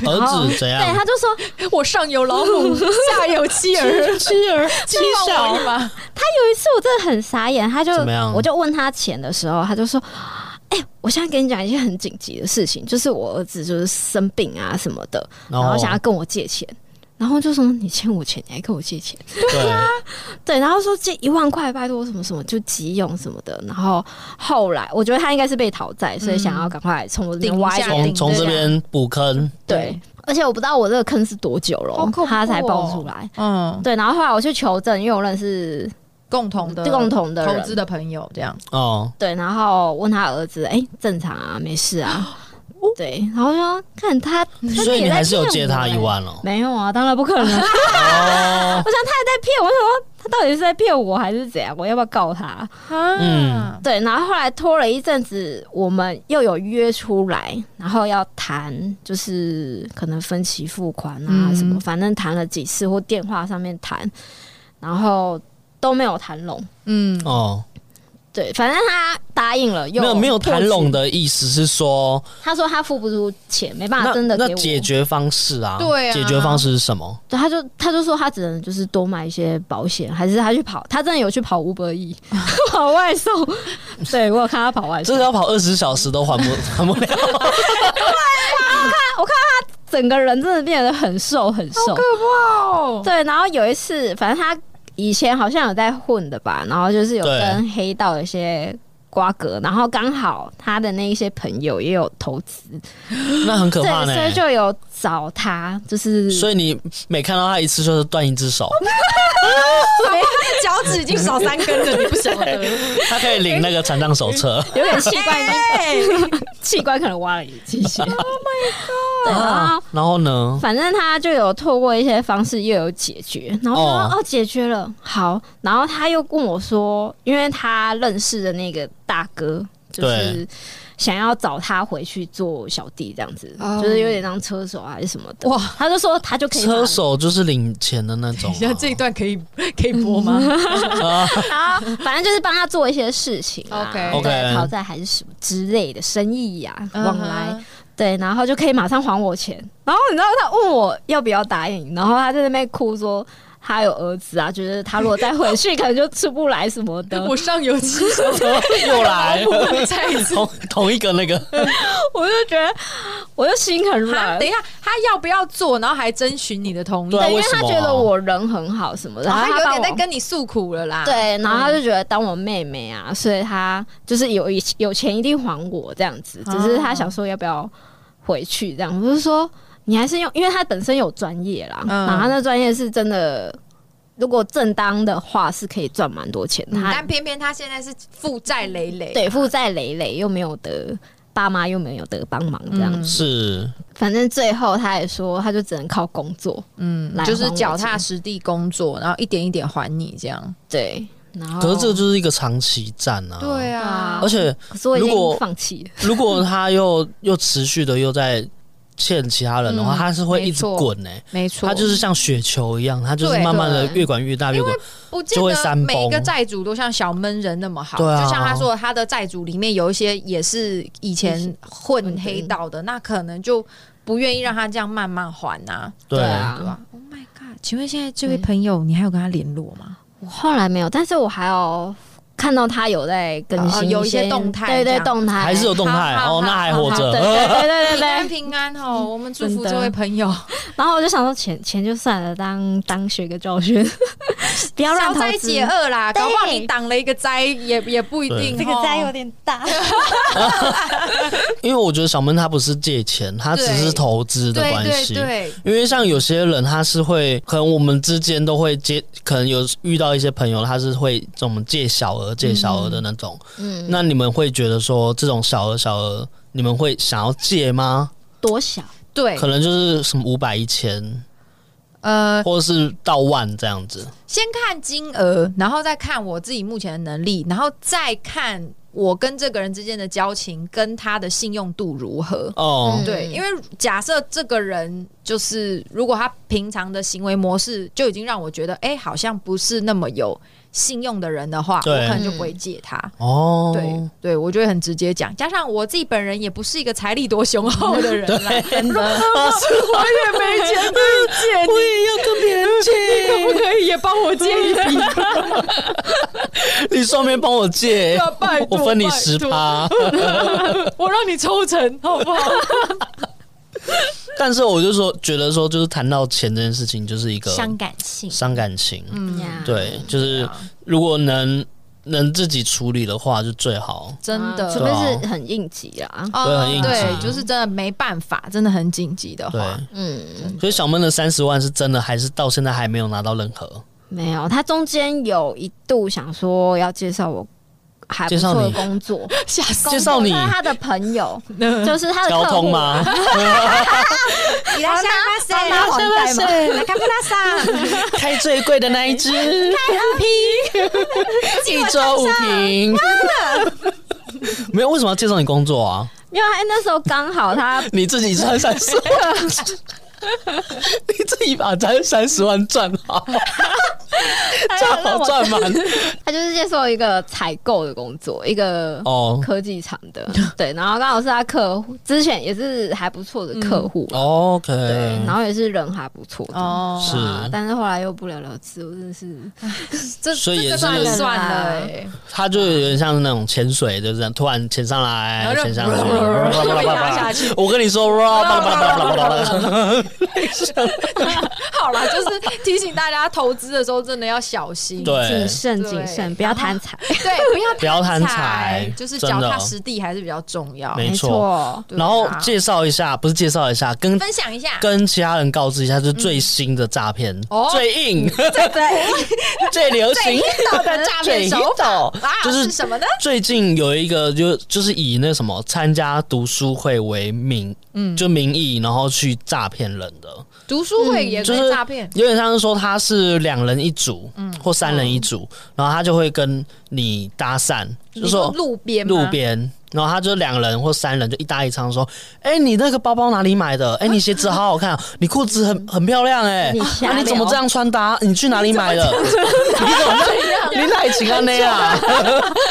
儿子怎对，样？他就说我上有老 母，下有妻儿，妻儿 妻小嘛，有一次我真的很傻眼，他就怎么样我就问他钱的时候，他就说：“哎、我现在跟你讲一件很紧急的事情，就是我儿子就是生病啊什么的，然哦后想要跟我借钱。”然后就说你欠我钱，你还跟我借钱，对，对，啊然后说借一万块，拜托什么什么就急用什么的。然后后来我觉得他应该是被讨债，所以想要赶快从我这嗯边顶一挖一下点定从从对这啊边补坑，对，而且我不知道我这个坑是多久了，好恐怖他才爆哦出来。嗯，对，然后后来我去求证，因为我认识共同的共同的投人资的朋友这样，哦，对，然后问他儿子，哎、正常啊，没事啊。对，然后说看他，他所以也你在还是有借骗我他一欸？万哦。没有啊， 当然不可能。我想他还哦，在骗我，我想说他到底是在骗我还是怎样？我要不要告他？嗯，对，然后后来拖了一阵子，我们又有约出来，然后要谈，就是可能分期付款啊嗯什么，反正谈了几次或电话上面谈，然后都没有谈拢。嗯，哦，对，反正他答应了，又没有没有破谈局拢的意思是说，他说他付不出钱，没办那法啊真的给那我。解决方式啊，对啊解决方式是什么？对，他就他就说他只能就是多买一些保险，还是他去跑，他真的有去跑五百亿， 跑外 送。对我有看他跑外这送，个要跑二十小时都还不 还不了，整个人真的变得很瘦很瘦。哦，对，然后有一次，反正他以前好像有在混的吧，然后就是有对跟黑道有一些。瓜葛，然后刚好他的那一些朋友也有投资，那很可对怕，所以呢。就有找他，就是所以你每看到他一次就是断一 只手，哎 脚趾已经少三根了，你不晓得，他可以领那个残障手册。有点器哎官器官可能挖了一机械。Oh my god！对，然后啊然后呢？反正他就有透过一些方式又有解决，然后说哦哦解决了，好，然后他又问我说，因为他认识的那个大哥就是对。想要找他回去做小弟这样子哦就是有点当车手啊还是什么 的。哇哇，他就说他就可以 车手就是领钱的那种等一下啊，这一段可以可以播吗？然后啊反正就是帮他做一些事情啊 OK 对 OK 讨债还是什么之类的生意呀、往来嗯哼，对，然后就可以马上还我钱。然后你知道他问我要不要答应，然后他在那边哭说他有儿子啊，觉得他如果再回去可能就出不来什么 的。我上有妻小 又来再一次同同一个那个，我就觉得我就心很他软等。一下，他要不要做？然后还征询你的同意，对啊对，因为为什他么啊觉得我人很好什么的，然然后后他有帮点在我跟你诉苦了啦。，对，然后他就觉得当我妹妹啊，所以他就是有有钱一定还我这样子，啊只是他想说要不要回去这样，我就说你还是用，因为他本身有专业啦，嗯然后他那专业是真的。如果正当的话，是可以赚嗯蛮多钱的。他但偏偏他现在是负债累累，对负债累累，又没有得爸妈又没有得帮忙这样。嗯是反正最后他也说，他就只能靠工作，嗯，来就是还我脚钱踏实地工作，然后一点一点还你这样。对。然后，可是这个就是一个长期战啊。对啊啊而，且可是我已如果经放弃了。 如果他又又持续的又在欠其他人的话，嗯他是会一直没错滚哎，没错，他就是像雪球一样，他就是对慢慢的对越滚越大，越滚。不见就会得山崩每一个债主都像小闷人那么好，对啊就像他说的，他的债主里面有一些也是以前混黑道的，那可能就不愿意让他这样慢慢还呐、对啊，啊对吧？Oh my god！请问现在这位朋友，你还有跟他联络吗？我后来没有，但是我还有看到他有在更哦新有一些些动态对这对样动态还是有动态好好哦，那还活对着。对对对平安 对对。平安哦，我们祝福真的这位朋友，然后我就想说钱钱就算了，当当学 个教训，不要乱消投灾资解。厄啦，对搞不好你挡了一个灾，也也不一定。哦这个灾有点点大，因为我觉得小闷他不是借钱，他只是投资的对关对系。对，因为像有些人他是会，可能我们之间都会借，可能有遇到一些朋友他是会这种借小额、借小额的那种。 嗯，那你们会觉得说这种小额、小额，你们会想要借吗？多小？啊对可，能就是什么五百、一千，呃，或者是到万这样子。先看金额，然后再看我自己目前的能力，然后再看我跟这个人之间的交情跟他的信用度如何。哦，嗯对，因为假设这个人就是，如果他平常的行为模式就已经让我觉得，哎、好像不是那么有信用的人的话，我对可能就不会借他。哦，对，对，我就会很直接讲。加上我自己本人也不是一个财力多雄厚的人 啦，真的，我也没钱可以借 我也要跟别人你，可借， 不可以也帮我借一笔？你顺便帮我借要啊拜，托我分你拜十托 趴。 我让你抽成，好不好？但是我就说，觉得说，就是谈到钱这件事情，就是一个伤感性，伤感情。嗯啊呀对，就是如果能能自己处理的话，就最好。真的，啊除非是很应急啊啦。哦嗯对很应急对，就是真的没办法，真的很紧急的对，话，嗯，所以小闷的三十万是真的，还是到现在还没有拿到任何？没有，他中间有一度想说要介绍我还不错介绍的你工作， 吓死 介绍你工作但他的朋友，就是他的 交客户通 吗？ 你来下巴帮他还贷嘛，来看不拉萨，开最贵的那一只，一周五瓶。 没有，为什么要介绍你工作啊？因为他那时候刚好 他你自己赚三哎十万，你自己把咱三十万赚好，哎赚好赚满。 他就是接受一个采购的工作，一个哦科技厂的， 对，然后刚好是他客户，之前也是还不错的客户，嗯 ，OK，对，然后也是人还不错的。 哦，嗯是啊但是后来又不了了之，我真的是这所以也这是算了算算了了啦欸，他就有点像是那种潜水，就是这样突然潜上来， 然后就潜上来，被压下去。我跟你说，好啦，就是提醒大家投资的时候真的要小心，对谨，慎谨慎，对不要贪财，对，不要 不要贪财财，就是真脚的哦踏实地还是比较重要。没错。错。对啊然后介绍一下，不是介绍一下，跟分享一下，跟其他人告知一下，就是最新的诈骗哦，最硬、对， 最流最行引、导的诈最骗引手导法啊，就是嗯是什么呢？ 最近有一个就就是以那什么参加读书会为名，嗯，就名义，然后去诈骗人的，读书会也就被是诈骗，有点像是说他是两人一组，嗯，或三人一组，然后他就会跟你搭讪，嗯你就说说路边吗路边。然后他就两人或三人就一搭一唱说：“哎、你那个包包哪里买的？哎、你鞋子好好看哦，你裤子嗯很很漂亮哎、你那、瞎哦你怎么聊这样穿搭？你去哪里买的？ 你怎么这样？你哪情啊那样 啊？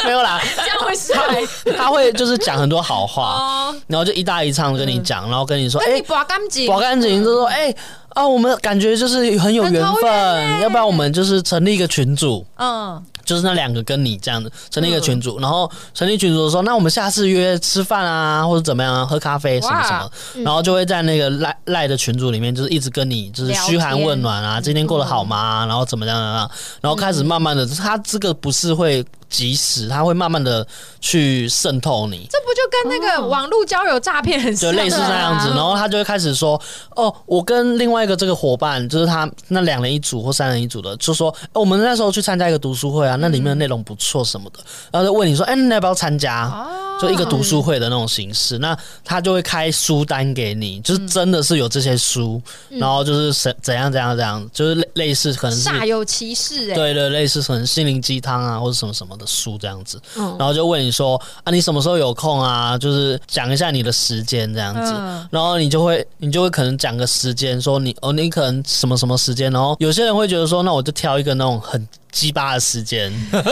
没有啦，这样会失败。 他会就是讲很多好话，哦，然后就一搭一唱跟你讲，然后跟你说，跟哎哦你，啊拔干净，保干净就说，哎啊，我们感觉就是很有很缘投欸分，要不然我们就是成立一个群组，嗯，就是那两个跟你这样子成立一个群组，然后成立群组说，那我们下次约吃饭啊，或者怎么样啊，喝咖啡什么什哇嗯么，然后就会在那个赖赖的群组里面，就是一直跟你就是嘘寒问暖啊，嗯今天过得好吗？然后怎么样啊？然后开始慢慢的，他这个不是会及时，他会慢慢的去渗透你。这不就就跟那个网络交友诈骗很哦就像，类似那样子，然后他就会开始说，哦，我跟另外一个这个伙伴，就是他那两人一组或三人一组的，就说，哎、我们那时候去参加一个读书会啊，那里面的内容不错什么的，然后就问你说，哎、你要不要参加？哦就一个读书会的那种形式，那他就会开书单给你，就是真的是有这些书，然后就是怎怎样怎样怎样，就是类类似可能是煞有其事哎、对对，类似可能心灵鸡汤啊，或者什么什么的书这样子，嗯然后就问你说啊，你什么时候有空啊？就是讲一下你的时间这样子，嗯然后你就会你就会可能讲个时间，说你哦，你可能什么什么时间，然后有些人会觉得说，那我就挑一个那种很鸡巴的时间， 就是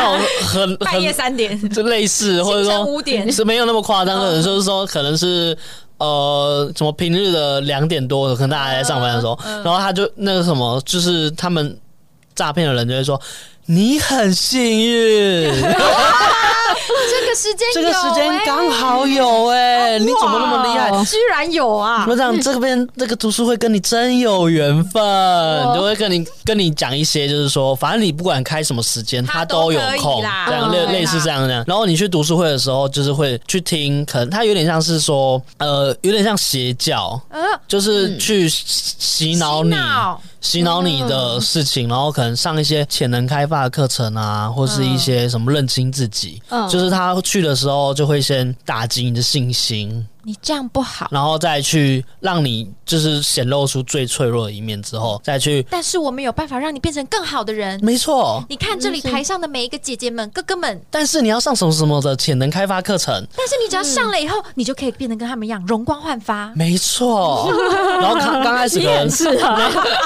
那种很半夜很三点，就类似或者清晨嗯说五 点，是没有那么夸张，可能就是说可能是。呃，什么平日的两点多，可能大家还在上班的时候，嗯然后他就那个什么，就是他们诈骗的人就会说你很幸 运，哎这个时间这个时间有欸刚好有哎、你怎么那么厉害？哇居然有啊！我长这边这个读书会跟你真有缘分，就会跟你跟你讲一些，就是说，反正你不管开什么时间，他他都都有可以空啦，这样类嗯类似这样这样。然后你去读书会的时候，就是会去听，可能他有点像是说，呃，有点像邪教，嗯，就是去洗洗脑你。洗脑你的事嗯情，然后可能上一些潜能开发的课程啊，或是一些什么认清自己，嗯就是他去的时候就会先打击你的信心，你这样不好，然后再去让你就是显露出最脆弱的一面之后，再去，但是我们有办法让你变成更好的人。 没嗯错。你看这里台上的每一个姐姐们、哥哥们，但是你要上什么什么的潜能开发课程，但是你只要上了以后，你就可以变得跟他们一样容光焕发。没 错。然后刚刚开始可能是 啊，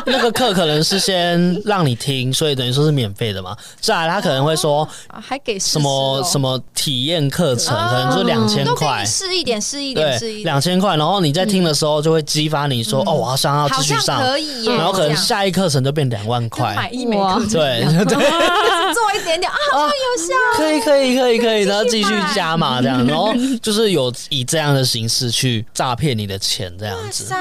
那个课可能是先让你听，所以等于说是免费的嘛。再来他可能会说啊还给什么什么，么体验课程，可能说两千都给块你。试一点，试一点，试对，一点，两千块，然后你在听的时候就会激发你说，哦，我好像要好继续像上，可以耶。然后可这能样下一课程就变两万跟块买，医美哇课程一对样对， 做一点点啊，好像有效。可以可以可以可以，然后继续加码这样，然后就是有以这样的形式去诈骗你的钱这样哇子。嗯塞！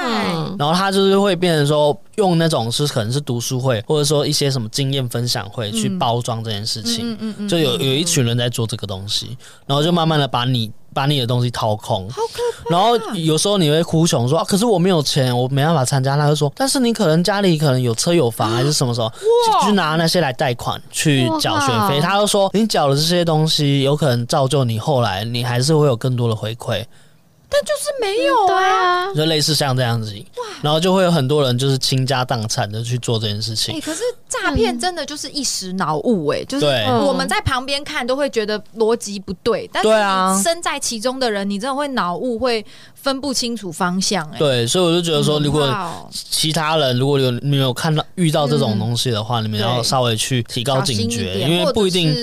然后他就是会变成说，用那种是可能是读书会，或者说一些什么经验分享会嗯去包装这件事情，就有有一群人在做这个东西，然后就慢慢的把你把你的东西掏空，好可怕！然后有时候你会哭穷说、啊，可是我没有钱，我没办法参加。他就说，但是你可能家里可能有车 有房还是什么时候，去去拿那些来贷款去缴学哇费。他就说，你缴了这些东西，有可能造就你后来你还是会有更多的回馈，但就是没有对啊。啊，就类似像这样子。然后就会有很多人就是倾家荡产的去做这件事哎、情。可是诈骗真的就是一时脑雾哎，就是对我们在旁边看都会觉得逻辑不对，但是对啊你身在其中的人，你真的会脑雾，会分不清楚方向哎、对，所以我就觉得说，很如可果怕哦其他人如果有你有看到遇到这种东西的话，你们要对稍微去提高小心一警觉，点因为不一定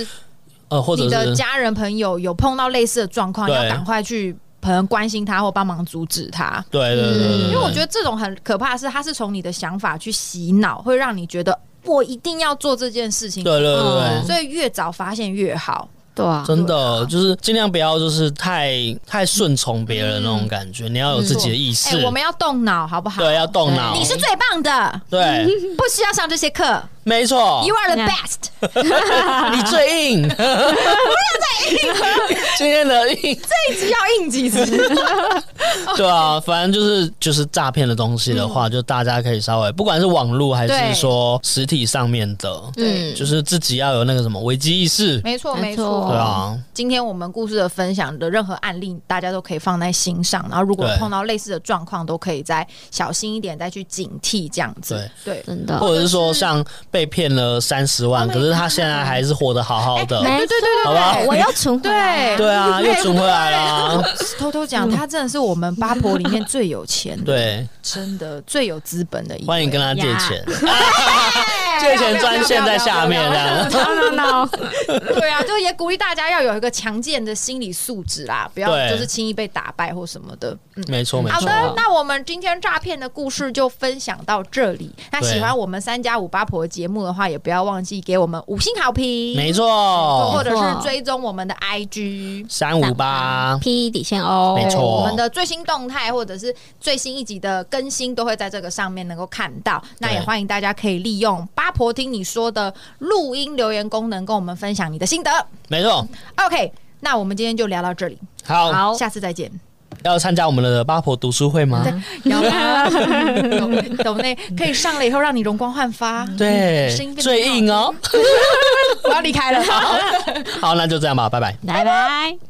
呃，或或者是者你的是家人朋友有碰到类似的状况，对要赶快去可能关心他或帮忙阻止他。对对对对对，嗯因为我觉得得这种很可怕的是，他是从你的想法去洗脑，会让你觉得我一定要做这件事情，对对对对嗯。所以越早发现越好。对啊，真的、对啊就是尽量不要就是太太顺从别人那种感觉，你要有自己的意哎、识，我们要动脑好不好？对，要动脑你。是最棒的，对， 不需要上这些课。没错 You，are the 那 best，你最 硬，不要再硬，今天 的硬，这一集要应几 次？对啊，反正就是就是诈骗的东西的话，就大家可以稍微，不管是网络还嗯对是说实体上面的，对嗯，就是自己要有那个什么危机意识，没错，没没错错。对啊，今天我们故事的分享的任何案例，大家都可以放在心上，然后如果对碰到类似的状况，都可以再小心一点，再去警惕这样子。对。真的，哦或者是说像被骗了哎三十万，可是他现在还是活得好好的，没哎对对对好不好错，我要存回来啊。对对 啊，又存回来了， 偷偷讲，他真的是我们八婆里面最有钱的，对。真的最有资本的一位。欢迎跟他借呀钱， 借钱专线在下面这样。 no no no，对啊，就也鼓励大家要有一个强健的心理素质啦，不要对就是轻易被打败或什么的。嗯，没错没好错，的，那我们今天诈骗的故事就分享到这里。那喜欢我们三加五八婆的节目的话，也不要忘记给我们五星好评，没错，或者是追踪我们的 IG。三五八， ，P 底线哦，没错我们的最新动态或者是最新一集的更新都会在这个上面能够看到。那也对欢迎大家可以利用八婆听你说的录音留言功能，跟我们分享你的心得。没错， OK，那我们今天就聊到这里，好，好下次再见。要参加我们的八婆读书会吗？要吧懂懂内可以上了以后让你容光焕发。对声音变，得最硬哦。 我要离开了。 好，那就这样吧，拜拜。拜拜。